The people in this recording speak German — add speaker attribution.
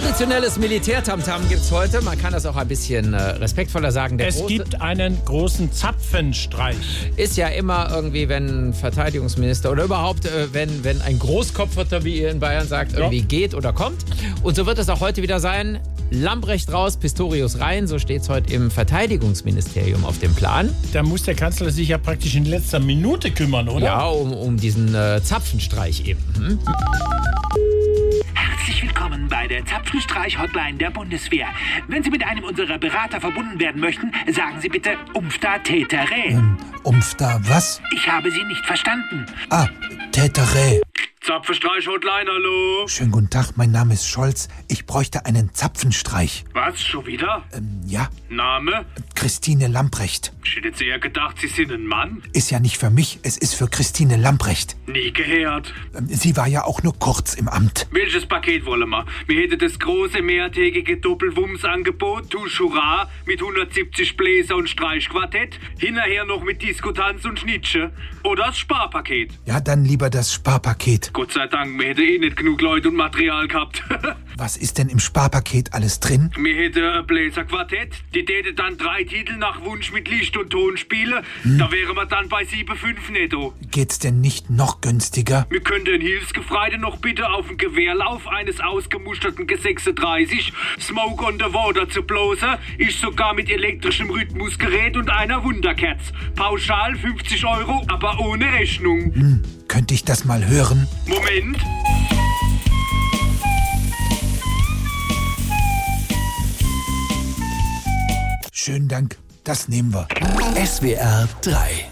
Speaker 1: Traditionelles Militärtamtam gibt es heute. Man kann das auch ein bisschen äh, respektvoller sagen. Der
Speaker 2: Es
Speaker 1: große
Speaker 2: gibt einen großen Zapfenstreich.
Speaker 1: ist ja immer irgendwie, wenn ein Verteidigungsminister oder überhaupt, äh, wenn, wenn ein Großkopferter, wie ihr in Bayern sagt, irgendwie geht oder kommt. Und so wird es auch heute wieder sein. Lambrecht raus, Pistorius rein. So steht es heute im Verteidigungsministerium auf dem Plan.
Speaker 2: Da muss der Kanzler sich ja praktisch in letzter Minute kümmern, oder?
Speaker 1: Ja, um, um diesen äh, Zapfenstreich eben. Hm?
Speaker 3: Herzlich willkommen bei der Zapfenstreich-Hotline der Bundeswehr. Wenn Sie mit einem unserer Berater verbunden werden möchten, sagen Sie bitte Umfta Tetere.
Speaker 4: Umf da was?
Speaker 3: Ich habe Sie nicht verstanden.
Speaker 4: Ah, Täterä.
Speaker 3: Zapfenstreich-Hotline, hallo?
Speaker 4: Schönen guten Tag, mein Name ist Scholz. Ich bräuchte einen Zapfenstreich.
Speaker 3: Was, schon wieder?
Speaker 4: Ja,
Speaker 3: Name?
Speaker 4: Christine Lamprecht.
Speaker 3: Ich hätte jetzt eher gedacht, Sie sind ein Mann.
Speaker 4: Ist ja nicht für mich, es ist für Christine Lamprecht.
Speaker 3: Nie gehört.
Speaker 4: Ähm, Sie war ja auch nur kurz im Amt.
Speaker 3: Welches Paket wollen wir? Wir hätten das große mehrtägige Doppelwumms-Angebot, Tuschura, mit 170 Bläser und Streichquartett, hinterher noch mit Diskotanz und Schnitsche. Oder das Sparpaket.
Speaker 4: Ja, dann lieber das Sparpaket.
Speaker 3: Gott sei Dank, wir hätten eh nicht genug Leute und Material gehabt.
Speaker 4: Was ist denn im Sparpaket alles drin?
Speaker 3: wir hätten ein Bläserquartett, die täte dann drei Titel nach Wunsch mit Licht und Ton spielen. Da wären wir dann bei 7,5 netto.
Speaker 4: Geht's denn nicht noch günstiger?
Speaker 3: oh. Wir können den Hilfsgefreiten noch bitte auf den Gewehrlauf eines ausgemusterten G36 Smoke on the Water zu bloßen. Ist sogar mit elektrischem Rhythmusgerät und einer Wunderkerz. Pauschal 50 Euro, aber ohne Rechnung.
Speaker 4: Könnte ich das mal hören?
Speaker 3: Moment.
Speaker 4: Schönen Dank, das nehmen wir.
Speaker 5: SWR 3